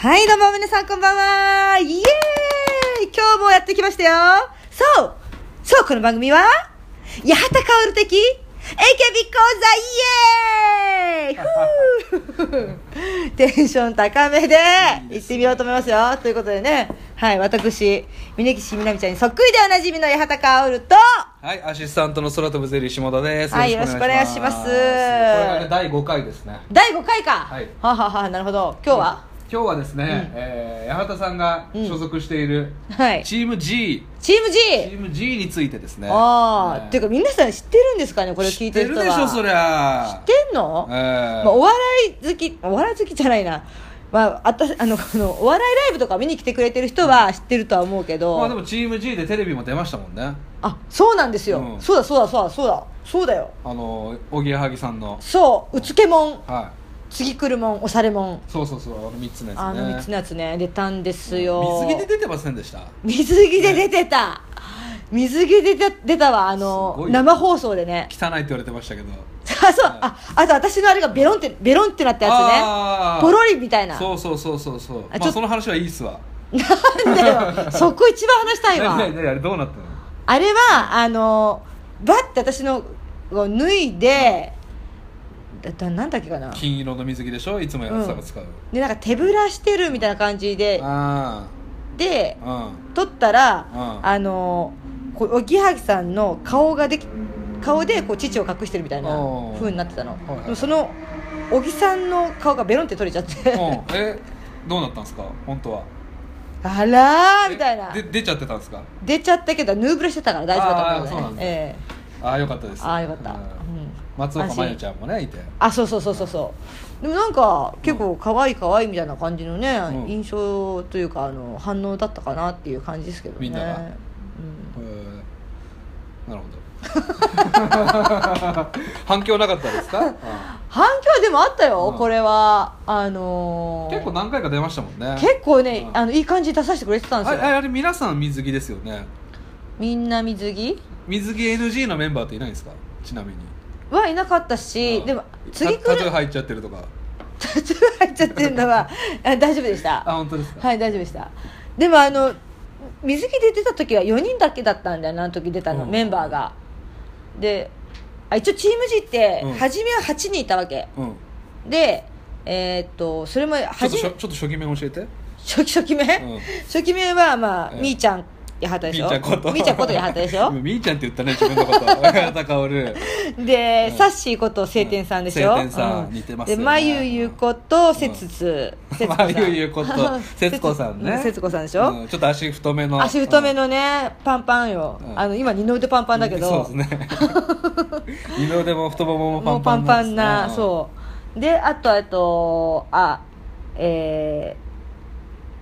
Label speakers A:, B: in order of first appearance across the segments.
A: はい、どうも皆さんこんばんはイエーイ今日もやってきましたよそうそう、この番組は、八幡薫的 AKB 講座イエーイふ ーテンション高めで行ってみようと思いますよということでね、はい、私、峯岸みなみちゃんにそっくりでおなじみの八幡薫と、
B: はい、アシスタントの空飛ぶゼリー下田です。
A: はいよろしくお願いします
B: これあれ第5回ですね。
A: 第5回か
B: はい
A: はははなるほど。今日は、
B: 今日はですね、えー八幡さんが所属している
A: はい。チ
B: チーム G、
A: ーム G!
B: チーム G についてですね。
A: ああ、
B: ね
A: っていうか皆さん知ってるんですかねこれ聞いてる人は
B: 知ってるでしょそりゃ。
A: 知ってんの、
B: え
A: まあ、
B: ー
A: お笑い好きお笑い好きじゃないなまあ、あたあのこのお笑いライブとか見に来てくれてる人は知ってるとは思うけど、
B: まあでもチーム G でテレビも出ましたもんね。
A: あそうなんですよ、
B: うん
A: そうだそうだそうだそうだそうだよ
B: あのおぎやはぎさんの、
A: そううつけもん
B: は
A: 次来るもんおされもん、
B: い、そうそうそうあの3つのやつね。
A: あの3つのやつね出たんですよ
B: 水着で出てませんでした。
A: 水着で出てた、水着で出た出たわあ
B: すご
A: の
B: いよ
A: 生放送でね
B: 汚いって言われてましたけど。
A: あそうああと私のあれがベロンってベロンってなったや
B: あ
A: つね
B: ー
A: ポロリみたいな
B: そうそうそうそうそう
A: あちょっ
B: まあその話はいいっすわ
A: なんだよそこ一番話したい わ
B: ねねねあれどうなったの
A: あれはあのバッて私のを脱いでだだなんだっけかな
B: 金色の水着でしょいつもやつさんが使う、
A: でなんか手ぶらしてるみたいな感じで
B: あ
A: で
B: あ
A: 撮ったら、
B: うん
A: あのこうおぎはぎさんの顔ができ顔でこう父を隠してるみたいな
B: おー
A: 風になってたの、
B: いはい
A: でもそのおぎさんの顔がベロンって取れちゃって
B: うん、うん、えどうなったんですか本当は
A: あらーみたいな
B: で出ちゃってたんですか
A: 出ちゃったけどヌーブレしてたから大丈夫だと思う
B: あーそうなん
A: ね
B: だ
A: ええ
B: ああよかったです
A: あーよかった、
B: う
A: うんん
B: 松岡真優ちゃんもねいて
A: あそうそうそうそうそうでもなんか結構可愛い可愛いみたいな感じのね、
B: うん
A: 印象というかあの反応だったかなっていう感じですけどね
B: みんなが
A: うん
B: へーなるほど 反響なかったですか、うん
A: 反響でもあったよ、
B: うん
A: これはあのー
B: 結構何回か出ましたもんね
A: 結構ね、
B: うん
A: あのいい感じに出させてくれてたんで
B: あ
A: す
B: れ
A: よ、
B: あれ皆さん水着ですよね
A: みんな水着
B: 水着 NG のメンバーっていないんですかちなみに
A: はいなかったし、
B: うん
A: でも次
B: タ
A: 来
B: タトゥー
A: る
B: 入っちゃってるとか
A: タ トゥー入っちゃってるのはあ大丈夫でした
B: あ本当ですか、
A: はい大丈夫でしたでもあの水着で出た時は4人だけだったんだよなあの時出たの、
B: うん
A: メンバーがであ一応チーム G って
B: うん
A: 初めは8人いたわけ、
B: うん
A: でえーっとそれも
B: ちょっと
A: 初
B: しょ
A: め
B: ちょっと初期面教えて
A: 初期初期目、
B: うん
A: 初期目はまあ、
B: ええ
A: みーちゃん八幡で
B: み
A: し
B: ー
A: ょ
B: ちゃんこと
A: みーちゃんこと八幡でしょ
B: みーちゃんって言ったね自分のこと 親方薫
A: で、
B: うん
A: サッシーこと晴天さんでしょ、
B: うん晴天さん似てますよね
A: でまゆゆことせつつせつこさん
B: まゆゆこと節子さんね
A: う節子さんでしょ、
B: うんちょっと足太めの
A: 足太めのね、パンパンよ、
B: うん
A: あの今二の腕パンパンだけど、
B: そうです ね二の腕も太もも
A: も
B: も
A: うパ
B: パン
A: ンパ
B: パン
A: ンな、そうであとあとあえ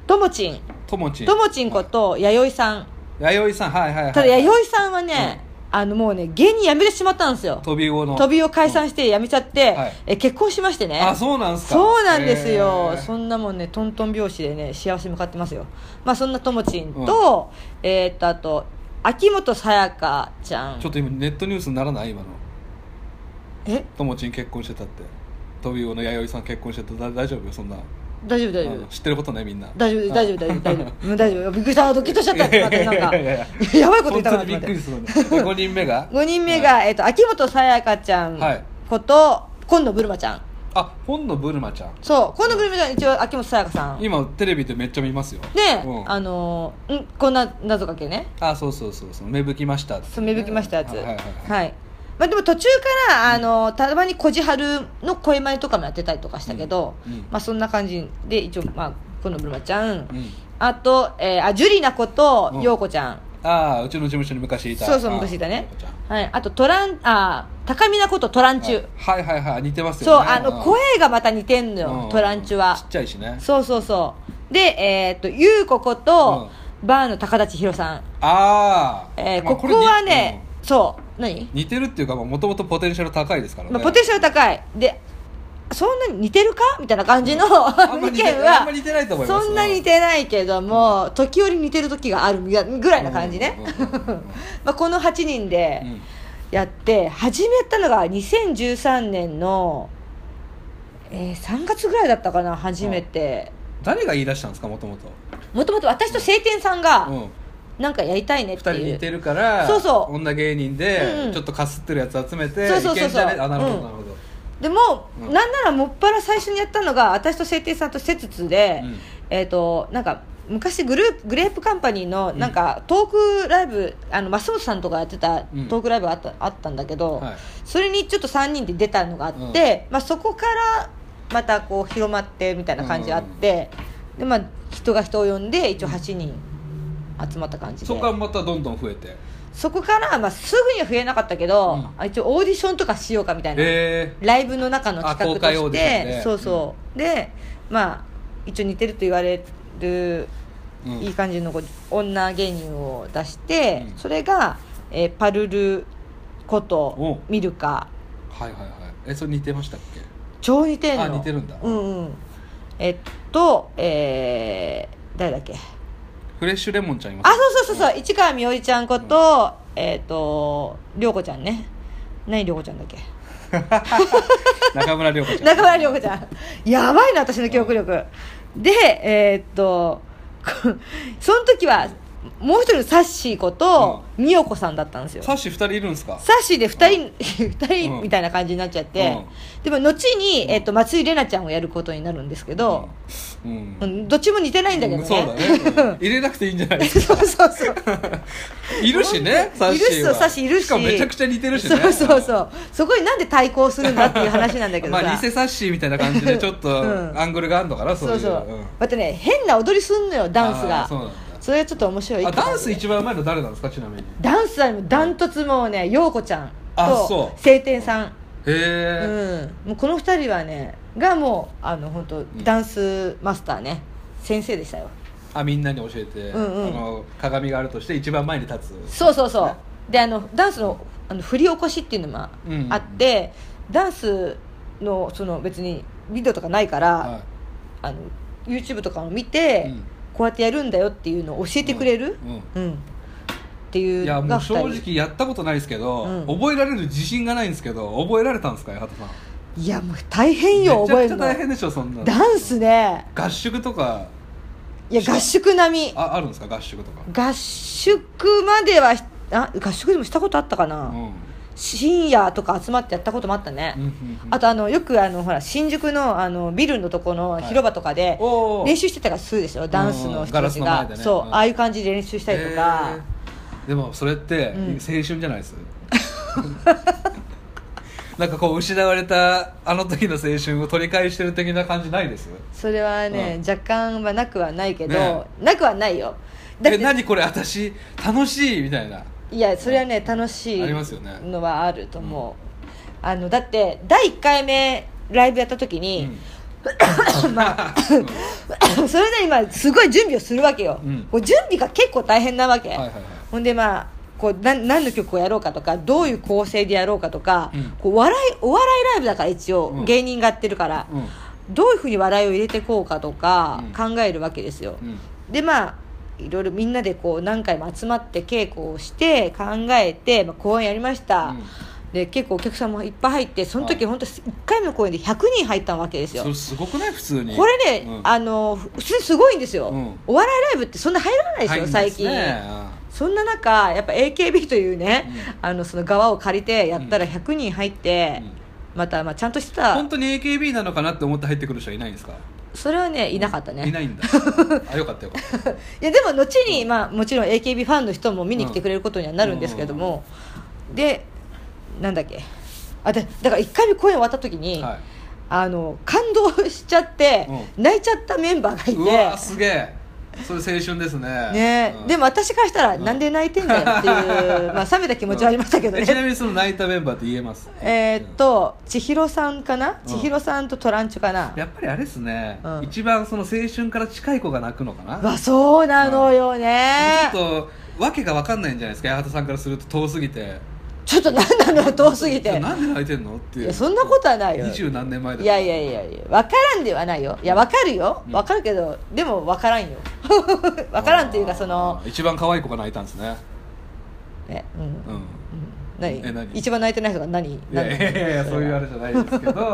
A: ー、ともちん
B: うんともちん
A: ともちんこと弥生さん
B: 弥生さんはいはいはい
A: ただ弥生さんはね、あのもうね芸人辞めてしまったんですよ
B: 飛び魚の
A: 飛びを解散して辞めちゃって、
B: はい
A: え結婚しましてね
B: あそうなんすか
A: そうなんですよ
B: へー
A: そんなもんねトントン拍子でね幸せ向かってますよまあそんなともちんと、えーっとあと秋元さやかちゃん
B: ちょっと今ネットニュースにならない今の
A: え
B: ともちん結婚してたって飛び魚の弥生さん結婚してただ大丈夫よそんな
A: 大丈夫大丈
B: うん
A: 夫
B: 知ってることねみんな
A: 大丈夫大丈夫大丈夫大丈 夫もう大丈夫びっくりしたドキッとしちゃったってまたなんか
B: いやいやい
A: やばいこと言っ
B: 本
A: た
B: 当
A: か
B: に
A: なと思っ
B: びっくり
A: て
B: するね5人目が
A: 5人目が、えーっと秋元さやかちゃん
B: はい
A: こと、今野ブルマちゃん
B: あ本のブルマちゃん
A: そう今野ブルマちゃん一応秋元さやかさんね
B: 今テレビでめっちゃ見ますようん
A: あのーんこんな謎かけね
B: あそうそうそうそう芽吹きましたって
A: そう芽吹きましたやつ、
B: はいはいはい
A: まあ、でも途中からあのたまに「こじはる」の声前とかもやってたりとかしたけど、
B: うんうん
A: まあ、そんな感じで一応、まあ、このブルマちゃん、
B: うん
A: あと、えーあジュリナこと
B: うん
A: 陽子ちゃん、
B: ああうちの事務所に昔いた
A: そうそう
B: あー
A: 昔いたね
B: ブルマち
A: はい、あとトランあー高見なことトランチュ、
B: ゃんはいはいはい似てます
A: そう
B: よね
A: あの声がまた似てんのよ、
B: うん
A: トランチュ
B: ち
A: は
B: っ、ちゃいしね
A: そうそうそうでえーっと優子こと、バーの高田千尋さん、
B: ああ
A: えー
B: まあ
A: ここはね、
B: れ
A: そう何
B: にうん似てるっていうかもともとポテンシャル高いですからね
A: まあ、ポテンシャル高いでそんなに似てるかみたいな感じの
B: あん ま
A: 意
B: り似て
A: 見
B: あん
A: は
B: まり似てないと思います
A: そんなに似てないけども、時折似てる時があるみたいなぐらいな感じね、
B: うんうんうんうん
A: まあこの8人で
B: うん
A: やって、始めたのが2013年の、えー3月ぐらいだったかな初めて、
B: 誰が言い出したんですかもともと
A: もともと私と晴天さんが
B: うん
A: なんかやりたいねっ
B: 2
A: て
B: 人
A: いう、
B: 似てるから
A: そうそう
B: 女芸人
A: うんう
B: で
A: ん
B: ちょっとかすってるやつ集めて
A: そうそうそうそう
B: いけんじゃねあなるほ
A: う
B: ど
A: ん
B: なるほど
A: でも、
B: うん
A: なんならもっぱら最初にやったのが私と晴天さんとせつつで、
B: うん
A: えっ、となんか昔グループグレープカンパニーのなんかトークライブあの増本さんとかやってた
B: うん
A: トークライブあった,、あったんだけど、
B: はい
A: それにちょっと3人で出たのがあって、まあ、そこからまたこう広まってみたいな感じがあって、でまあ、人が人を呼んで一応8人集まった感じで、
B: そこからまたどんどん増えて
A: そこから、まあ、すぐには増えなかったけど、
B: うん
A: あ一応オーディションとかしようかみたいな、
B: え
A: ライブの中の企
B: あ公
A: 画と
B: 開オ
A: し
B: ーディショ
A: て、
B: ンね
A: そうそう、でまあ一応似てると言われる、
B: ーうん
A: いい感じのこう女芸人を出して、
B: うん
A: それが、えーパルルこと
B: お
A: ミルカ
B: はいはいはいえそれ似てましたっけ
A: 超似てんの
B: あ似てるんだ
A: うんうんえっとえー、誰だっけ
B: フレッシュレモンちゃんいま
A: あ
B: す
A: そうそうそうそう市川みおりちゃんこと、えっと涼子ちゃんね何涼子ちゃんだっけ
B: 中村涼子ちゃん
A: 中村涼子ちゃんやばいな私の記憶力でえーっと こその時はもう一人サッシーこと美代子さんだったんですよ
B: サッシ2人いるんですか
A: サッシーで2人二
B: う
A: 人
B: ん
A: みたいな感じになっちゃって、でも後に、えーっと松井玲奈ちゃんをやることになるんですけど、
B: うん、
A: う
B: うん
A: んどっちも似てないんだけどね、
B: そうだね入れなくていいんじゃないです か
A: そうそうそう
B: いるしねサッ
A: いる
B: シ
A: し
B: ーは
A: そうサッシーいるし
B: しかもめちゃくちゃ似てるしね
A: そうそうそうそこになんで対抗するんだっていう話なんだけど
B: ま
A: さ、
B: あ偽サッシーみたいな感じでちょ
A: う
B: っ
A: ん
B: とアングルがあるのかなそう
A: そ
B: いうう
A: そう、
B: ん
A: またね変な踊りすんのよダンス
B: あ
A: が
B: ーそうなんだ
A: それはちょっと面白い
B: あダンス
A: 一
B: 一番うまいの誰なんですかちなみにへ
A: ダンスはダントツもうね陽子ちゃん
B: あ
A: と
B: そう
A: 晴天さんう
B: え、
A: んもうこの二人はねがもうあの本当ダンスマスターね、先生でしたよ
B: あみんなに教えて、
A: うんうん
B: あの鏡があるとして一番前に立つ
A: そうそうそうであのダンスのあの振り起こしっていうのも
B: うん
A: あって、ダンスのその別にビデオとかないから、
B: は
A: あの YouTube とかを見
B: い
A: て、
B: うん
A: こうやってやるんだよっていうのを教えてくれる、
B: うん
A: うん、っていう
B: いや
A: の
B: も
A: が
B: う
A: 二
B: 正
A: 人
B: 直やったことないですけど、
A: うん
B: 覚えられる自信がないんですけど覚えられたんですか八幡さん
A: いやもう大変よ
B: めちゃ
A: 覚え
B: くち
A: る
B: ゃ
A: の
B: 大変でしょそんなの
A: ダンスね
B: 合宿とか
A: いや合宿並み
B: ああるんですか合宿とか
A: 合宿まではあ合宿でもしたことあったかな、
B: うんうん
A: 深夜とか集まってやったこともあったね、
B: うんうん
A: あとあのよくあのほら新宿のあのビルのとこの広場とかで
B: おー
A: 練習してたからするでしょダンスの人たち
B: うんガラスの
A: が、
B: 前でね
A: そう、
B: うん
A: ああいう感じで練習したりとか、
B: えーでもそれって
A: うん
B: 青春じゃないです、 なんかこう失われたあの時の青春を取り返してる的な感じないです
A: それはね、
B: う
A: 若干はなくはないけど、
B: ね
A: なくはないよだっ
B: え
A: て
B: 何これ私楽しいみたいない
A: やそれはね楽しい
B: ありますよね
A: のはあると思うあのだって第1回目ライブやった時
B: う
A: に
B: ん、
A: まあ それで今すごい準備をするわけよ、
B: うん
A: こう準備が結構大変なわけ、
B: はいはいはい
A: ほんでまあこうな何の曲をやろうかとかどういう構成でやろうかとか、
B: うん
A: こう笑いお笑いライブだから一応、
B: うん
A: 芸人がやってるから、
B: うん
A: どういうふうに笑いを入れてこうかとか
B: う
A: 考えるわけですよ、
B: うん
A: でまあいろいろみんなでこう何回も集まって稽古をして考えて、まあ、公演やりました、
B: うん
A: で結構お客さんもいっぱい入ってその時
B: は
A: 本当一1回目の公演で100人入ったわけですよ
B: それすごくない普通に
A: これね、
B: うん
A: あの普通にすごいんですよ、
B: うん
A: お笑いライブってそんな入らないです
B: 入
A: よ
B: んない
A: 最
B: です
A: 近、
B: ね
A: そんな中やっぱ AKB というね、あのその側を借りてやったら
B: う
A: 100人入っ
B: うん
A: て、
B: うん
A: またまあちゃんとし
B: 本
A: た
B: 当に AKB なのかなって思って入ってくる人はいないんですか
A: それはねいなかったね、
B: いないん だあよかったよかった
A: いやでも後に、まあ、もちろん AKB ファンの人も見に来てくれることにはなるんですけども、でなんだっけあでだから1回目公演終わった時に、
B: は
A: あの感動しちゃって、泣いちゃったメンバ
B: い、
A: ー
B: う
A: が
B: わ
A: いて。
B: すげえそれ青春ですね
A: ね
B: うん
A: でも私からしたら、
B: うん
A: なんで泣いてんだよっていうまあ冷めた気持ちはありましたけど
B: え ちな
A: ね、
B: みにその泣いたメンバーって言えます
A: えーっと千尋さんかな、
B: うん
A: 千尋さんとトランチュかな
B: やっぱりあれですね、
A: うん
B: 一番その青春から近い子が泣くのかな
A: わそうなのよね、
B: ちょっと訳が分かんないんじゃないですか八幡さんからすると遠すぎて
A: ちょっと何なの遠すぎ
B: いや
A: て
B: なんで泣いてんのって
A: い
B: い
A: や
B: う
A: そんなことはないよ
B: 二十何年前だ
A: いやいやいやいや分からんではないよいや分かるよ
B: うん
A: 分かるけど、でも分からんよ 分からんっていうかその
B: あー一番可愛い子が泣いたんですね
A: えうん、
B: うん
A: 何
B: え何
A: 一番泣いてない人が何
B: いやいやいや
A: 何
B: そういうあれじゃないですけど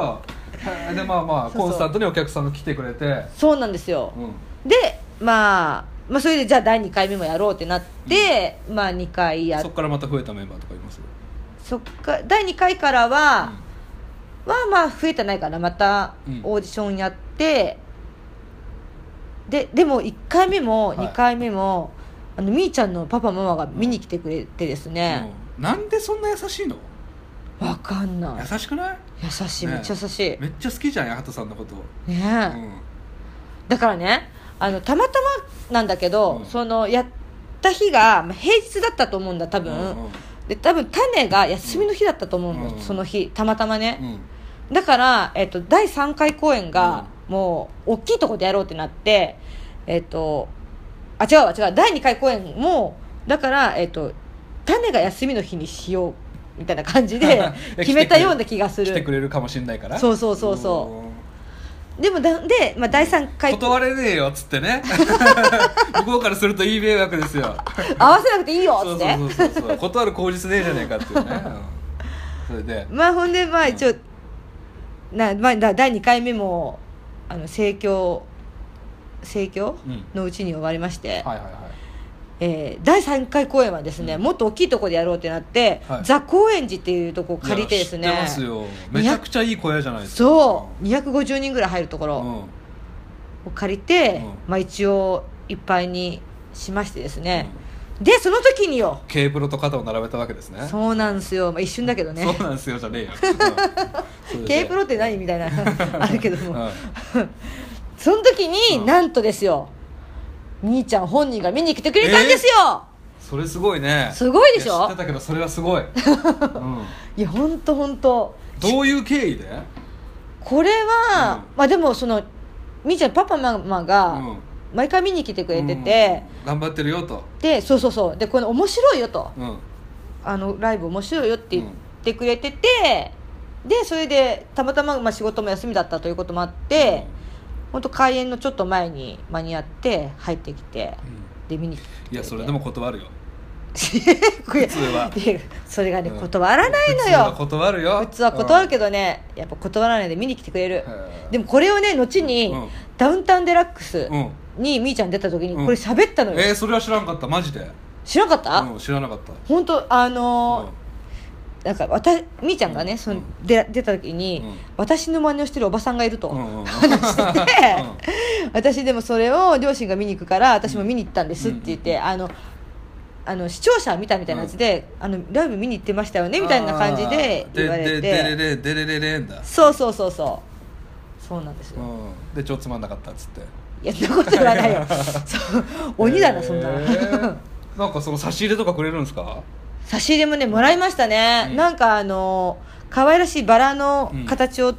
B: あでまあまあ
A: そうそう
B: コンスタントにお客さんが来てくれて
A: そうなんですよ、
B: うん
A: で、まあ、まあそれでじゃあ第2回目もやろうってなって、まあ2回やっ
B: そこからまた増えたメンバーとかいます
A: そっか第2回からは、はまあ増えてないからまた
B: うん
A: オーディションやって、ででも1回目も
B: はい
A: 2回目も、あのみーちゃんのパパママが見に来てくれてですね、
B: うんなんでそんな優しいの
A: わかんない
B: 優しくない
A: 優しい
B: ね
A: めっちゃ優しい
B: めっちゃ好きじゃん八幡さんのこと、
A: ね
B: う
A: え
B: ん
A: だからねあのたまたまなんだけど、
B: うん
A: そのやった日がまあ平日だったと思うんだ多分、
B: うんうん
A: で多分種が休みの日だったと思うの、
B: うん
A: その日たまたまね、
B: うん
A: だから、えっと第3回公演がもう大きいとこでやろうってなって、えっとあ違うわ違う第2回公演もだから、えっと種が休みの日にしようみたいな感じで 決めたような気がす
B: 来てく
A: る
B: れるかもしれないから
A: そうそうそうそ
B: うん
A: でもだで、まあ、第3回
B: 断れねえよっつっ てね向こうからするといい迷惑ですよ
A: 合わせなくていいよ
B: そ
A: っ
B: う
A: て
B: そうそうそうそう断る口実ねえじゃねえかっていうね、うんそれで
A: まあほんでまあ一応、なまあ、だ第2回目もあの盛況盛況
B: うん
A: のうちに終わりまして、
B: はいはいは
A: えー第3回公演はですね、もっと大きいところでやろうってなって、
B: はい
A: ザ・高円寺っていうところを
B: い
A: 借りてですね
B: いや知ってますよめちゃくちゃいい小屋じゃないですか
A: そう250人ぐらい入るとこ
B: う
A: ろ
B: ん、うん
A: を借りて、
B: う
A: まあ、一応いっぱいにしましてですね、でその時によ
B: K プロと肩を並べたわけですね
A: そうなんですよ、まあ、一瞬だけどね
B: そうなんですよじゃねえ よ
A: K プロって 何み たいなあるけど
B: うん
A: も、
B: はい
A: その時に、
B: うん
A: なんとですよ兄ちゃん本人が見に来てくれたんですよ、
B: それすごいね
A: すごいでしょ
B: や知ってたけどそれはすごい、うん
A: いや本当本当
B: どういう経緯で
A: これは、
B: う
A: まあでもそのみーちゃんパパママが
B: うん
A: 毎回見に来てくれてて、
B: うん頑張ってるよと、
A: でそうそうそうでこの面白いよと
B: うん、
A: あのライブ面白いよって言ってくれてて、でそれでたまたま、まあ、仕事も休みだったということもあって、本当開演のちょっと前に間に合って入ってきて
B: うん
A: で見に来て
B: いやそれ でも断るよ
A: 普
B: 通は
A: それがね
B: うん
A: 断らないの
B: 普通は
A: よ、
B: 断るよ
A: 普通は断るけどね、やっぱ断らないで見に来てくれる、
B: へー
A: でもこれをね後に、
B: うん
A: ダウンタウンデラックス
B: うん
A: にみーちゃん出た時に
B: うん
A: これ喋ったのよ、
B: えー、それは知らんかったマジで、
A: 知らなかった、
B: うん、知らなかった
A: 本当あの
B: うん
A: ーなんか私みーちゃんがね、
B: うん
A: その
B: うん
A: で出た時に、
B: うん
A: 私の真似をしてるおばさんがいると、
B: うんうん
A: 話してて、私でもそれを両親が見に行くから私も見に行ったんですって言って、
B: うん
A: あのあの視聴者見たみたいなやつで、あのライブ見に行ってましたよねみたいな感じで
B: あー
A: 言われて
B: でででれれでれれれんだ、
A: そうそうそうそうそうなんです
B: う
A: よ、
B: ん、でちょつまんなかったっつって
A: いやそんなこと言わない よそう鬼だな、そんな
B: へーなんかその差し入れとかくれるんですか
A: 差し入れもねもらいましたね、
B: うん
A: なんかあの可愛らしいバラの
B: うん
A: 形を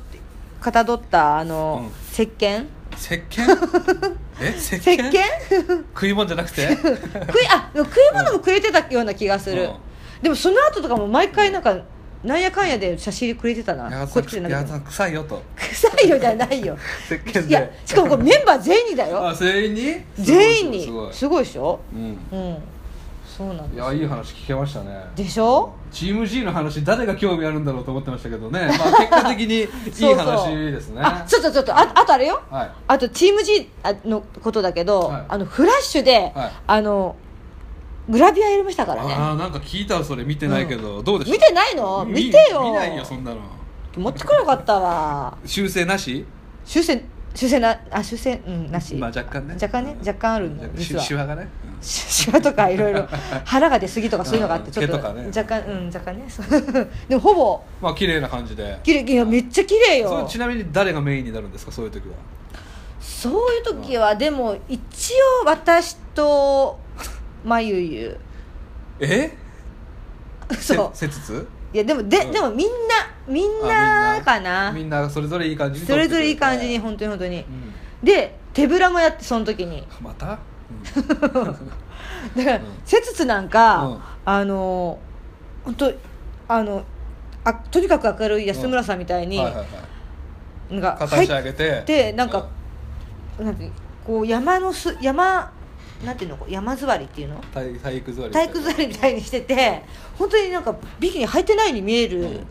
A: かたどったあの、
B: うん
A: 石鹸
B: 石 鹸え石
A: 石
B: 鹸
A: 鹸
B: 食い物じゃなくて
A: 食いあでも食い物もくれてたような気がする、
B: うん
A: でもその後とかも毎回なんかなんやかんやで差し入れくれてたな
B: や
A: こっちじゃな
B: や
A: くて
B: さん臭いよと
A: 臭いよじゃないよ
B: 石鹸で
A: いやしか もこれメンバー全員にだよ
B: あ全員に
A: 全員に
B: すごいす
A: すごいでしょ
B: ごいうん
A: うんそうなん
B: い
A: です
B: やいい話聞けましたね
A: でしょ
B: チーム G の話誰が興味あるんだろうと思ってましたけどね、 まあ、結果的にいい
A: そうそう
B: 話ですね
A: あちょっとちょっとああとあれよ
B: はい
A: あとチーム G あのことだけど、
B: はい
A: あのフラッシュで、
B: はい
A: あのグラビアやりましたからね
B: ああなんか聞いたそれ見てないけど、どうでした
A: 見てないの
B: み
A: 見てよ
B: 見ないよそんなの
A: 持ってくれよかったわ
B: 修正なし
A: 修正修正なあ修正うんなし、
B: まあ若干ね
A: 若干ね
B: うん
A: 若干あるの
B: 若
A: 実
B: し
A: は
B: シワがね、
A: しシワとかいろいろ 腹が出過ぎとかそういうのがあってちょっと
B: うん毛とかね
A: 若干うん若干ねそうでもほぼ
B: うんまあ綺麗な感じで
A: 綺麗いやめっちゃ綺麗
B: それ
A: よ
B: ちなみに誰がメインになるんですかそういう時は
A: そういう時はでも一応私とまゆ ゆ
B: え
A: そう
B: せつつ
A: いやでもで、
B: うん
A: でもみんなみん
B: あ
A: なかな
B: みんなそれぞれいい感じに
A: そ
B: 撮って
A: れ
B: く
A: ぞ
B: て
A: れいい感じに本当に本当に
B: うん
A: で手ぶらもやってその時に
B: また、
A: だから
B: うん
A: せつつなん
B: う
A: か
B: ん
A: あの本当あのあとにかく明るい安村さんみたい
B: うん
A: に
B: はいはいは
A: ないんか入
B: 片足上
A: っ
B: げて
A: てなん
B: う
A: かなんてこう山のす山なんていうの山座りっていうの
B: 体体育座り
A: 体育座りみたい
B: に
A: にしてて本当になんかビキニ履いてないように見え
B: う
A: る
B: ん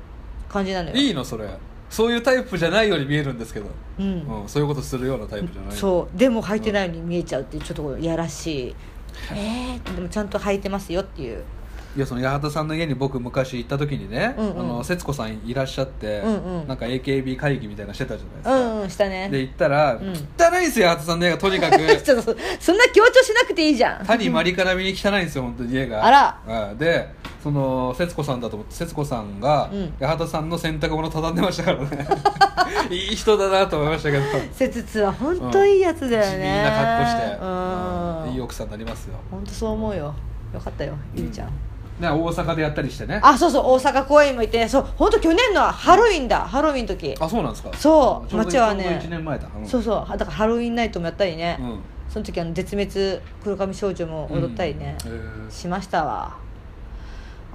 A: 感じなのよ
B: いいのそれそういうタイプじゃないように見えるんですけど、
A: うん
B: うん、そういうことするようなタイプじゃない
A: そうでも履いてないように見えちゃうっていうちょっとこうやらしいえー、でもちゃんと履いてますよっていう
B: いやその八幡さんの家に僕昔行った時にね、
A: うんうん
B: あの節子さんいらっしゃって、
A: うんうん
B: なんか AKB 会議みたいなのしてたじゃないうですか、
A: んうんした
B: で
A: ね
B: 行ったら、
A: ん
B: 汚いんですよ八幡さんの家がとにかく
A: ちょっとそんな強調しなくていいじ ゃん
B: 谷マリカラ見に汚いんですよ本当に家が
A: あら、
B: うんでその節子さんだと思って節子さんが、
A: うん
B: 八幡さんの洗濯物畳んでましたから ねいい人だなと思いましたけど
A: 節つは本当いいやつだよね、
B: 地味な格好して、
A: うん
B: いい奥さんになりますよ
A: 本当そう思うよよかったよゆりちゃん、
B: ね大阪でやったりしてね
A: あそうそう大阪公演もいてそう本当去年のハロウィンだハロウィンの時
B: あそうなんですか
A: そう
B: ちょど
A: 街はね
B: ちょうど1年前だ、うん
A: そうそうだからハロウィンナイトもやったりね、
B: うん
A: その時あの絶滅黒髪少女も踊ったりね、
B: うんへー
A: しましたわ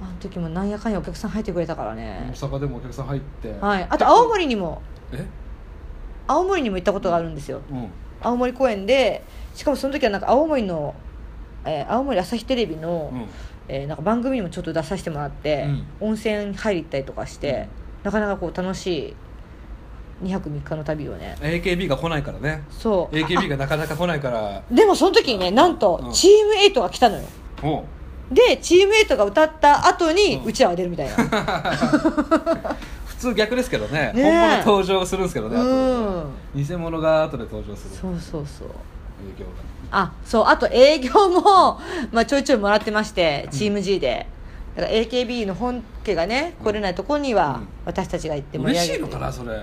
A: あの時もなんやかんやお客さん入ってくれたからね、
B: 大阪でもお客さん入って
A: はい、あと青森にも
B: え
A: 青森にも行ったことがあるんですよ
B: うん
A: 青森公演でしかもその時はなんか青森の、えー青森朝日テレビの、
B: うん
A: えーなんか番組にもちょっと出させてもらって、温泉入り行ったりとかして、なかなかこう楽しい2泊3日の旅をね
B: AKB が来ないからね
A: そう
B: AKB がなかなか来ないから
A: でもその時にねなんと
B: うん
A: チームエイトが来たのよ
B: おう
A: でチームエイトが歌った後に
B: うん
A: うちらは出るみ たいな
B: 普通逆ですけどね
A: ねえ
B: 本物登場するんですけどね後で
A: うん
B: 偽物が後で登場する
A: そうそうそう
B: 影響が
A: あそうあと営業も、 まあ、ちょいちょいもらってましてチーム G で、だから AKB の本家がね来れないところには、
B: うん
A: 私たちが行って盛り上
B: 嬉
A: げ
B: しい
A: る
B: のかなそれ
A: い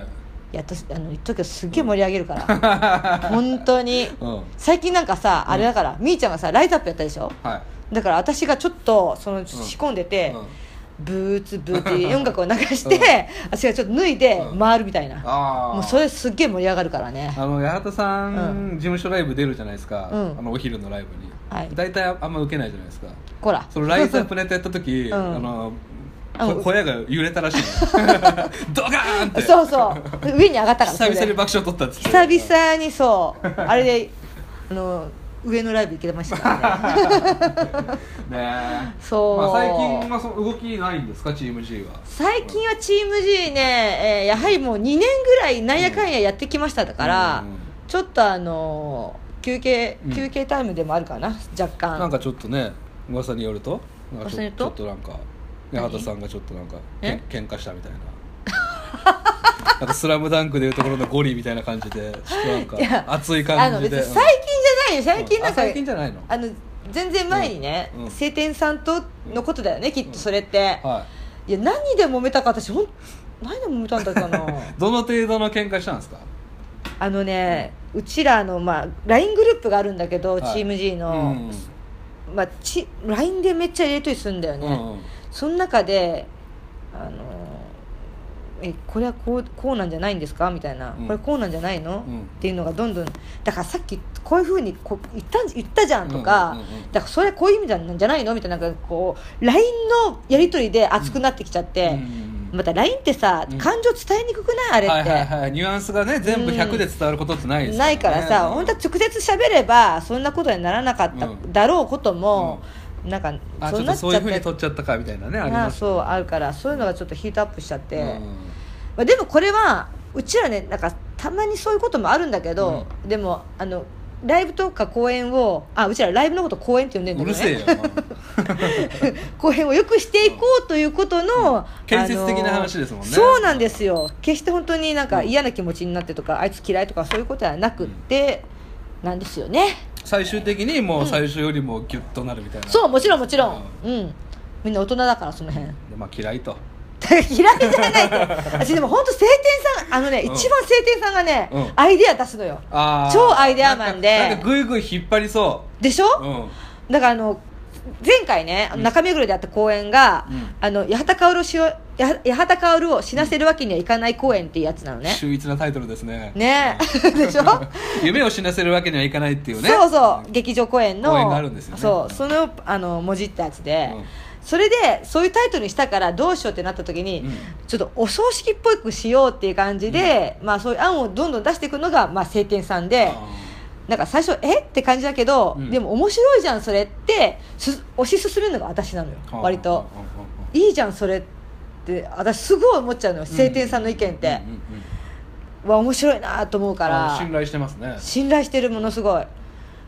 A: や私あの言っとくけどすっげえ盛り上げるから 本当に
B: うんは
A: 最近なんかさあれだから、みーちゃんがさライトアップやったでしょ
B: い
A: だから私がちょっとその仕込んでて、
B: うん
A: ブーツブーツいう音楽を流して、私がちょっと脱いで
B: うん
A: 回るみたいな、
B: ああ
A: もうそれすっげえ盛り上がるからね
B: あの八幡さん、事務所ライブ出るじゃないですか、
A: うん
B: あのお昼のライブに、
A: はい
B: 大体あんま受けないじゃないですか
A: こら
B: そのライズアップネタやった時、
A: ん
B: あの
A: あ
B: こ
A: うん
B: 小屋が揺れたらしい のドカーンって
A: そうそう上に上がったからそ
B: 久
A: れで
B: 々に爆笑取ったっつって
A: 久々にそうあれであの上のライブ行けました からね
B: ねえ
A: そう
B: まあ、最近はその動きないんですかチーム G は
A: 最近はチーム G ね、えーやはりもう2年ぐらいなんやかんややってきましただから、
B: うん
A: ちょっとあのー休憩
B: うん
A: 休憩タイムでもあるかな、若干
B: なんかちょっとね噂によるとなんかち
A: 噂によ
B: ょ
A: る
B: ち
A: と
B: ょっとなんか八
A: 何
B: 幡さんがちょっとなんかけ
A: え
B: ん喧嘩したみたいな なんか「スラムダンクでいうところのゴリみたいな感じでちょっとなんか
A: いや
B: 熱い
A: あ
B: 感
A: の
B: じ
A: 別に
B: でうん
A: 最近じゃないよ最近なんか、
B: あ最近じゃないの
A: あの全然前にね、
B: うんうん
A: 晴天さんとのことだよねきっとそれって、
B: はい
A: や何で揉めたか私ほん何で揉めたんだかな
B: いどの程度の喧嘩したんですか
A: あのねうちらの、まあ、LINE グループがあるんだけど、
B: はい
A: チーム G
B: う
A: の、
B: ん
A: まあ、ち LINE でめっちゃやり取りするんだよね、
B: うんうん
A: その中で「あのえこれはこうこうなんじゃないんですか?」みたいな、
B: うん
A: これこうなんじゃないの?」
B: うん
A: っていうのがどんどんだからさっきこういうふうにこう言ったん言ったじゃんとか、
B: うんうんうんうん
A: だからそれはこういう意味なんじゃないのみたいななんかこう LINE のやり取りで熱くなってきちゃって、
B: うん
A: また LINE ってさ、
B: うん
A: 感情伝えにくくないあれって。
B: はいはいはいニュアンスがね全部100で伝わることってないです
A: ないからさ、本当は直接喋ればそんなことにならなかった、
B: うん
A: だろうことも、なんか
B: あちょっ
A: な
B: と
A: っ
B: そういうふうに取っちゃったかみたいなねあり
A: あ
B: ま
A: あ
B: す
A: そうあるからそういうのがちょっとヒートアップしちゃって、
B: うん
A: まあ、でもこれはうちらねなんかたまにそういうこともあるんだけど、でもあのライブとか公演をあうちらライブのこと公演って呼んでる
B: うんる
A: だ
B: せえ
A: け
B: よ
A: どね 公演をよくしていこうということの、
B: 建設的な話ですもんね
A: あのそうなんですよ決して本当になんか嫌な気持ちになってとか、あいつ嫌いとかそういうことはなくって、なんですよね
B: 最終的にもう最初よりもギュッとなるみたいな、
A: そうもちろんもちろんうんみんな大人だからその辺
B: でまあ嫌いと
A: 嫌いじゃ ないって私でも本当晴天さんあのね、
B: うん
A: 一番晴天さんがね、
B: うん
A: アイデア出すのよ
B: あー
A: 超アイデアマンで
B: なんかなんかグイグイ引っ張りそ
A: でしょ、
B: ううん
A: だからあの前回ね
B: うん
A: 中目黒であった公演が、
B: うん
A: あの八幡薫をしよや八幡薫を死なせるわけにはいかない公演っていうやつなのね、
B: 秀逸なタイトルですね
A: ねでしょ
B: 夢を死なせるわけにはいかないっていうね
A: そうそう劇場公演の
B: 公演があるんですよね
A: そううんそのあの文字ったやつで、
B: うん
A: それでそういうタイトルにしたからどうしようってなった時に、
B: うん
A: ちょっとお葬式っぽくしようっていう感じで、まあそういう案をどんどん出していくのが、まあ、晴天さんで
B: あ
A: なんか最初えって感じだけど、
B: うん
A: でも面白いじゃんそれってす推し進めるのが私なのよ
B: ー
A: 割と
B: うんうんうんうん
A: いいじゃんそれってって私すごい思っちゃうのよ
B: うん
A: 晴天さんの意見って、
B: うんうんうん
A: わ面白いなと思うか
B: あ信
A: ら
B: 頼してますね
A: 信頼してるものすごい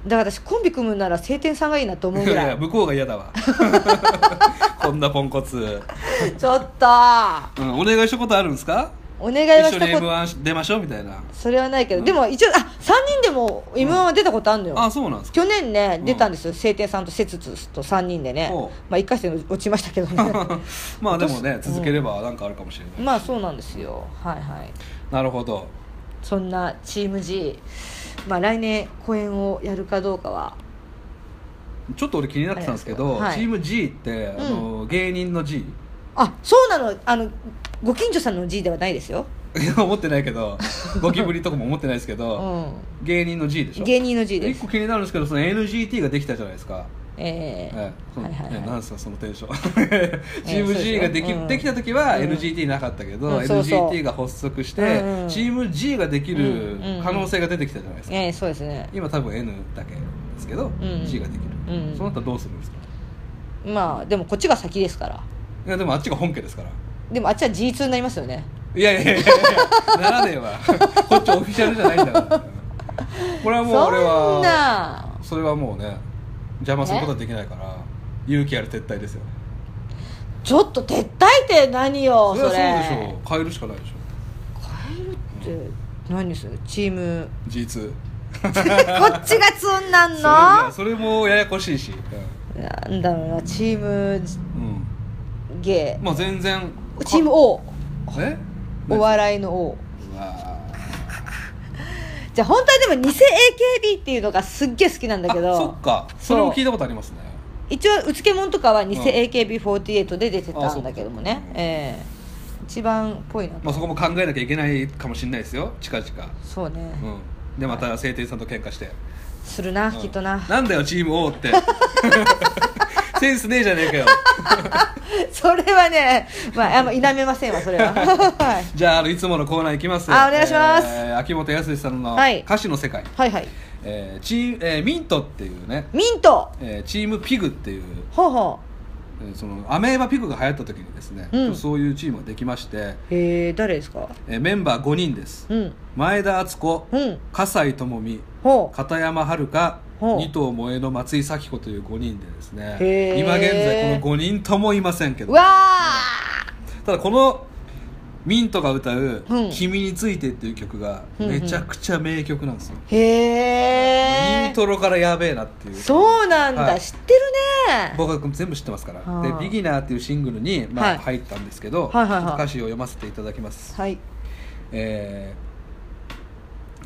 A: だから私コンビ組むなら晴天さんがいいなと思う
B: い
A: ぐ
B: やい
A: ら
B: や
A: い
B: 向こうが嫌 だわこんなポンコツ、
A: ちょっと
B: うん、お願いしたことあるんですか
A: お願いは
B: 一緒
A: し
B: に
A: たこと
B: M1 出ましょうみたいな
A: それはないけど、
B: うん
A: でも一応あ三3人でも m 1は出たことあるのよ、
B: あそうなんですか
A: 去年ね
B: うん
A: 出たんですよ晴天さんと節つと3人でね
B: おう
A: まあ1回戦落ちましたけどね
B: まあでもね
A: 私
B: 続ければなんかあるかもしれない、
A: まあそうなんですよはいはい
B: なるほど
A: そんなチーム G まあ来年公演をやるかどうかは
B: ちょっと俺気になってたんですけど、
A: はい
B: チーム G って、あの芸人の G
A: あそうなのあのご近所さんの G ではないですよ、
B: いや思ってないけどゴキブリとかも思ってないですけ
A: う
B: ど、
A: ん、
B: 芸人の G でしょ
A: 芸人の G で
B: 一
A: す
B: 個気になるんですけどその NGT ができたじゃないですか
A: ええ
B: ええその
A: はいはいはい
B: ええなんですかそのテン ション チーム
A: そうです
B: G
A: よ
B: ができ,、
A: うん
B: できた時は
A: うん
B: NGT なかったけど、
A: うんそうそう
B: NGT が発足して、
A: うんうん
B: チーム G ができる可能性が出てきたじゃないですか、
A: ええそうですね
B: 今多分 N だけですけど、
A: ん
B: G ができる、
A: うん
B: そうなったらどうするんですか
A: まあでもこっちが先ですから
B: いやでもあっちが本家ですから
A: でもあっちは G2 になりますよね
B: いやいやいやいやならねえわこっちオフィシャルじゃないんだからこれはもう俺
A: そん
B: は
A: な
B: それはもうね邪魔することはできないから勇気ある撤退ですよ
A: ちょっと撤退って何よ
B: そ
A: そ
B: れは
A: れ
B: そうでしょう変えるしかないでしょ
A: 変えるって何ですチー ム
B: G2
A: こっちがつんなん
B: それいや
A: の
B: それもややこしいし、
A: なんだろうなチーム
B: うんうん
A: ゲ
B: まあ全然
A: ーチーム
B: か
A: O
B: え
A: お笑いの O
B: うわ
A: じゃあ本当はでも偽 AKB っていうのがすっげえ好きなんだ
B: ー
A: け
B: あそ
A: ど
B: っかそれも聞いたことありますね
A: 一応うつけもんとかは偽
B: うん
A: AKB48 で出て
B: あ
A: たん
B: そっか
A: だけどもね、
B: うん
A: ええ一番っぽいなと、
B: まあそこも考えなきゃいけないかもしれないですよ近々
A: そうね、
B: うんでまた晴天さんと喧嘩して
A: するな、
B: うん
A: きっとな
B: なんだよチーム O ってセンスねえじゃねえかよ
A: それはねまああんま否めませんわそれは はい
B: じゃああのいつものコーナーいきます
A: あお願いします
B: えー秋元康さんの
A: はい
B: 歌詞の世界、
A: はいはい
B: えーチームえーミントっていうね、
A: ミント
B: えーチームピグっていう
A: ほうほ
B: えーそのアメーバピグが流行った時にですね、
A: うん
B: そういうチームができまして、
A: うへえ誰ですか
B: えーメンバー5人です
A: うん
B: 前田敦子、
A: うん
B: 笠井智美
A: ほう
B: 片山遥
A: ほう
B: 二頭萌えの松井咲子という5人でですね
A: へー
B: 今現在この5人ともいませんけ
A: う
B: ど
A: わ
B: ただこのミントが歌う
A: うん
B: 「君について」っていう曲が
A: うんうん
B: めちゃくちゃ名曲なんですよ、
A: ーへ
B: イ
A: え
B: ントロからやべえなっていう
A: そうなんだ、
B: はい
A: 知ってるね
B: 僕は全部知ってますから「
A: あー
B: でビギナーっていうシングルに、ま
A: はい
B: あ、入ったんですけど、
A: はいはいはい
B: ちょっと歌詞を読ませていただきます、
A: はい
B: えー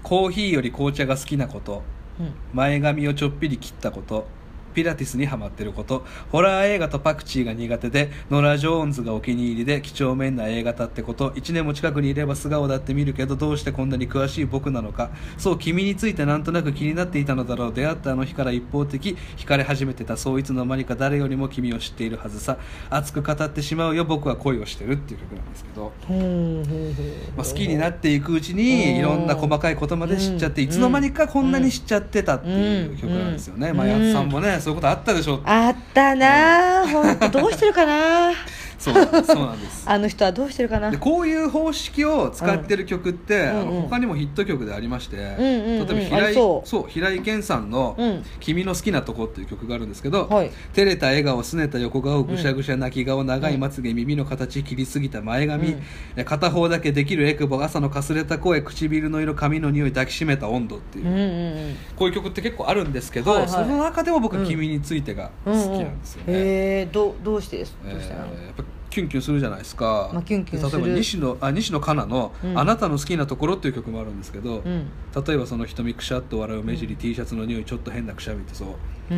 B: コーヒーより紅茶が好きなこと
A: うん
B: 前髪をちょっぴり切ったことピラティスにハマってることホラー映画とパクチーが苦手でノラ・ジョーンズがお気に入りで几帳面な映画だってこと1年も近くにいれば素顔だって見るけどどうしてこんなに詳しい僕なのかそう君についてなんとなく気になっていたのだろう出会ったあの日から一方的惹かれ始めてたそういつの間にか誰よりも君を知っているはずさ熱く語ってしまうよ僕は恋をしてるっていう曲なんですけど
A: ふんふんふん
B: まあ、好きにな
A: っ
B: っていくうち
A: うん
B: にいろんな細かいことまで知っちゃって、
A: うん
B: いつの間にかこんなに知っちゃってたっていう曲なんですよね、
A: うん
B: まあ、やつさんもねそういうことあったでしょう
A: あったなあほんとどうしてるかな
B: そうそうなんです
A: あの人はどうしてるかな
B: でこういう方式を使ってる曲って、
A: ん
B: あの
A: うんうん
B: 他にもヒット曲でありまして、
A: んうんうん
B: 例えば平
A: あ
B: 井
A: そう
B: そう平井堅さんの
A: うん
B: 「君の好きなとこ」っていう曲があるんですけど、
A: はい
B: 照れた笑顔拗ねた横顔ぐしゃぐしゃ泣き顔長いまつげ耳の形切りすぎた前髪、
A: うん
B: え片方だけできるエクボ朝のかすれた声唇の色髪の匂い抱きしめた温度っていう
A: うんう、んうん
B: こういう曲って結構あるんですけど、
A: はいはい
B: その中でも僕は「君について」が好きなんですよね、
A: うんうんへえどどうしてです
B: えー
A: どうしたの、
B: やっぱキュンキュンするじゃないですか、
A: まあキュンキュン
B: です
A: る
B: 例えば西野あ西野カナの
A: う
B: 「
A: ん
B: あなたの好きなところ」っていう曲もあるんですけど、
A: うん
B: 例えばその瞳くしゃっと笑う目尻、T シャツの匂いちょっと変なくしゃみってそう、
A: う
B: み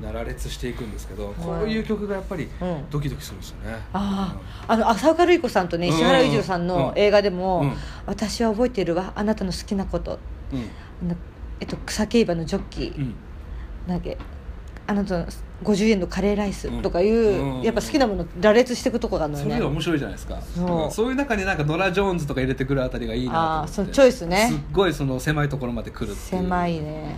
A: ん
B: な羅列していくんですけど、
A: はい
B: こういう曲がやっぱり
A: うん
B: ドキドキするんですよね、
A: あああの浅丘瑠衣子さんとね石原裕次郎さんの映画でも、
B: うん
A: 私は覚えてるわあなたの好きなこと
B: うん
A: あのえっと草競馬のジョッキ
B: う
A: ー、
B: ん
A: なんだっけあなたの50円のカレーライスとかいう、
B: うんうん
A: やっぱ好きなもの羅列していくとこがあるのよ
B: そ
A: ね
B: れが面白いじゃないですか
A: そう
B: うんそういう中になんかノラ・ジョーンズとか入れてくるあたりがいいなと思って
A: あーそのチョイスね
B: すっごいその狭いところまで来るっていう
A: 狭いね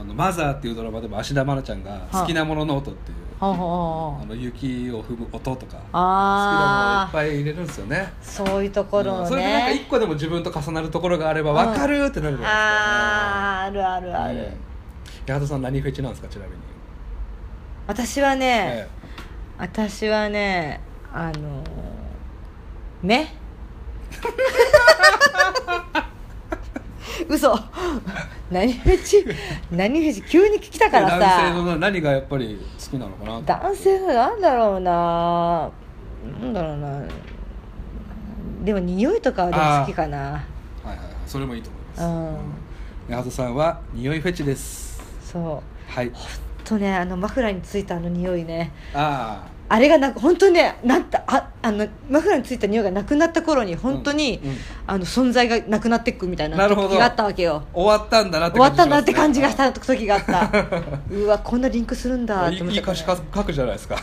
B: あのマザーっていうドラマでも芦田愛菜ちゃんが「好きなものの音」っていう、
A: ほうほうほう
B: あ
A: ほう
B: の雪を踏む音とか
A: あ
B: 好き
A: あ
B: なものをいっぱい入れるんですよね
A: そういうところを
B: う
A: ね、
B: んそれでなんか一個でも自分と重なるところがあれば分かるってなるじゃ
A: あーあるあるあ
B: ない
A: る、
B: ですか、うん、八幡さん何フェチなんですかちなみに、
A: 私はね、
B: え
A: 私はねあのー目 嘘何フェチ何フェチ急に聞きた
B: え
A: からさ
B: 男性の何がやっぱり好きなのかな
A: 男性のなんだろうななんだろうなでも匂いとかはでも好きかな
B: はいはいはいそれもいいと思います、
A: うん
B: うん八幡さんは匂いフェチです
A: そ
B: はい
A: うんとねあのマフラーについたあの匂いね
B: ああ
A: あれがなく本当にねなったああのマフラーについた匂いがなくなった頃に本当に、
B: うんうん
A: あの存在がなくなっていくみたいな
B: なるほど
A: 時があったわけよ
B: 終わったんだなって
A: 終わ
B: 感
A: った
B: じしますね
A: なって感じがした時があった うわこんなリンクするんだ
B: い
A: と思っ
B: い
A: て
B: い歌詞書くじゃないですか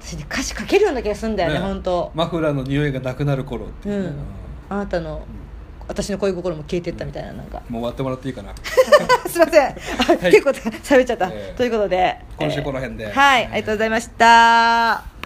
A: 私ね歌詞書けるような気がするんだよね
B: ね
A: 本当
B: マフラーの匂いがなくなる頃っていうね、
A: うんあなたの私の恋心も消えてったみたいななん か
B: もう終わってもらっていいかな
A: すいません、あ
B: い
A: 結構喋っちゃった、
B: ええ
A: ということで
B: 今週この辺で
A: えーはいありがとうございました